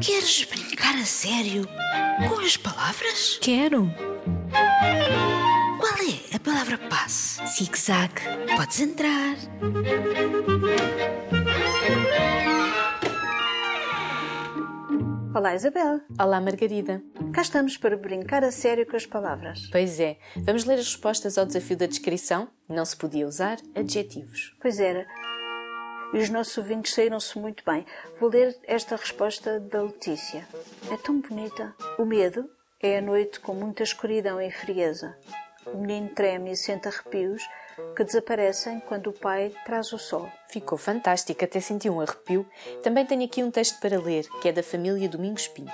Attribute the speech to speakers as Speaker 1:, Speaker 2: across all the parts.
Speaker 1: Queres brincar a sério? Com as palavras?
Speaker 2: Quero.
Speaker 1: Qual é a palavra passe?
Speaker 2: Zig-zag.
Speaker 1: Podes entrar.
Speaker 3: Olá, Isabel.
Speaker 2: Olá, Margarida.
Speaker 3: Cá estamos para brincar a sério com as palavras.
Speaker 2: Pois é, vamos ler as respostas ao desafio da descrição? Não se podia usar adjetivos.
Speaker 3: Pois era. E os nossos ouvintes saíram-se muito bem. Vou ler esta resposta da Letícia. É tão bonita. O medo é a noite com muita escuridão e frieza. O menino treme e sente arrepios que desaparecem quando o pai traz o sol.
Speaker 2: Ficou fantástico, até senti um arrepio. Também tenho aqui um texto para ler, que é da família Domingos Pinto.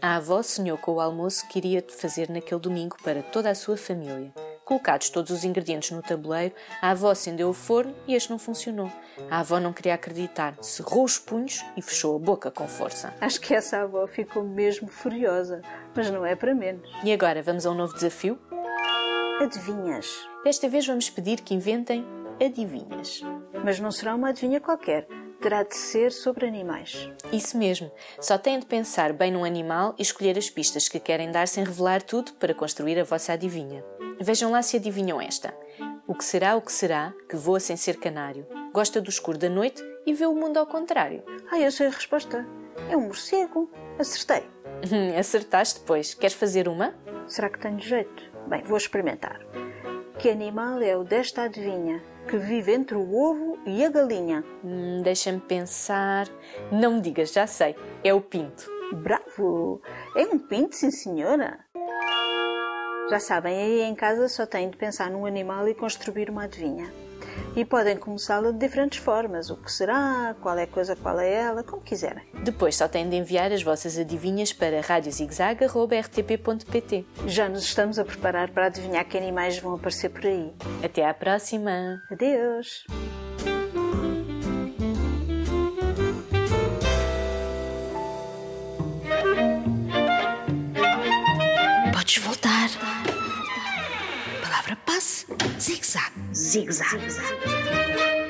Speaker 2: A avó sonhou com o almoço que iria fazer naquele domingo para toda a sua família. Colocados todos os ingredientes no tabuleiro, a avó acendeu o forno e este não funcionou. A avó não queria acreditar, cerrou os punhos e fechou a boca com força.
Speaker 3: Acho que essa avó ficou mesmo furiosa, mas não é para menos.
Speaker 2: E agora vamos a um novo desafio?
Speaker 3: Adivinhas?
Speaker 2: Desta vez vamos pedir que inventem adivinhas.
Speaker 3: Mas não será uma adivinha qualquer. Terá de ser sobre animais.
Speaker 2: Isso mesmo, só têm de pensar bem num animal e escolher as pistas que querem dar sem revelar tudo para construir a vossa adivinha. Vejam lá se adivinham esta. O que será, o que será, que voa sem ser canário, gosta do escuro da noite e vê o mundo ao contrário.
Speaker 3: Ah, eu sei a resposta. É um morcego. Acertei.
Speaker 2: Hum, Acertaste, pois. Queres fazer uma?
Speaker 3: Será que tenho jeito? Bem, vou experimentar. Que animal é o desta adivinha que vive entre o ovo e a galinha?
Speaker 2: Hum, Deixa-me pensar. Não me digas, já sei. É o pinto.
Speaker 3: Bravo! É um pinto, sim senhora! Já sabem, aí em casa só têm de pensar num animal e construir uma adivinha. E podem começá-la de diferentes formas. O que será? Qual é a coisa? Qual é ela? Como quiserem.
Speaker 2: Depois só têm de enviar as vossas adivinhas para radiozigzag.rtp.pt.
Speaker 3: Já nos estamos a preparar para adivinhar que animais vão aparecer por aí.
Speaker 2: Até à próxima!
Speaker 3: Adeus!
Speaker 1: Podes voltar. Palavra passe, zig-zag.
Speaker 4: zig-zag.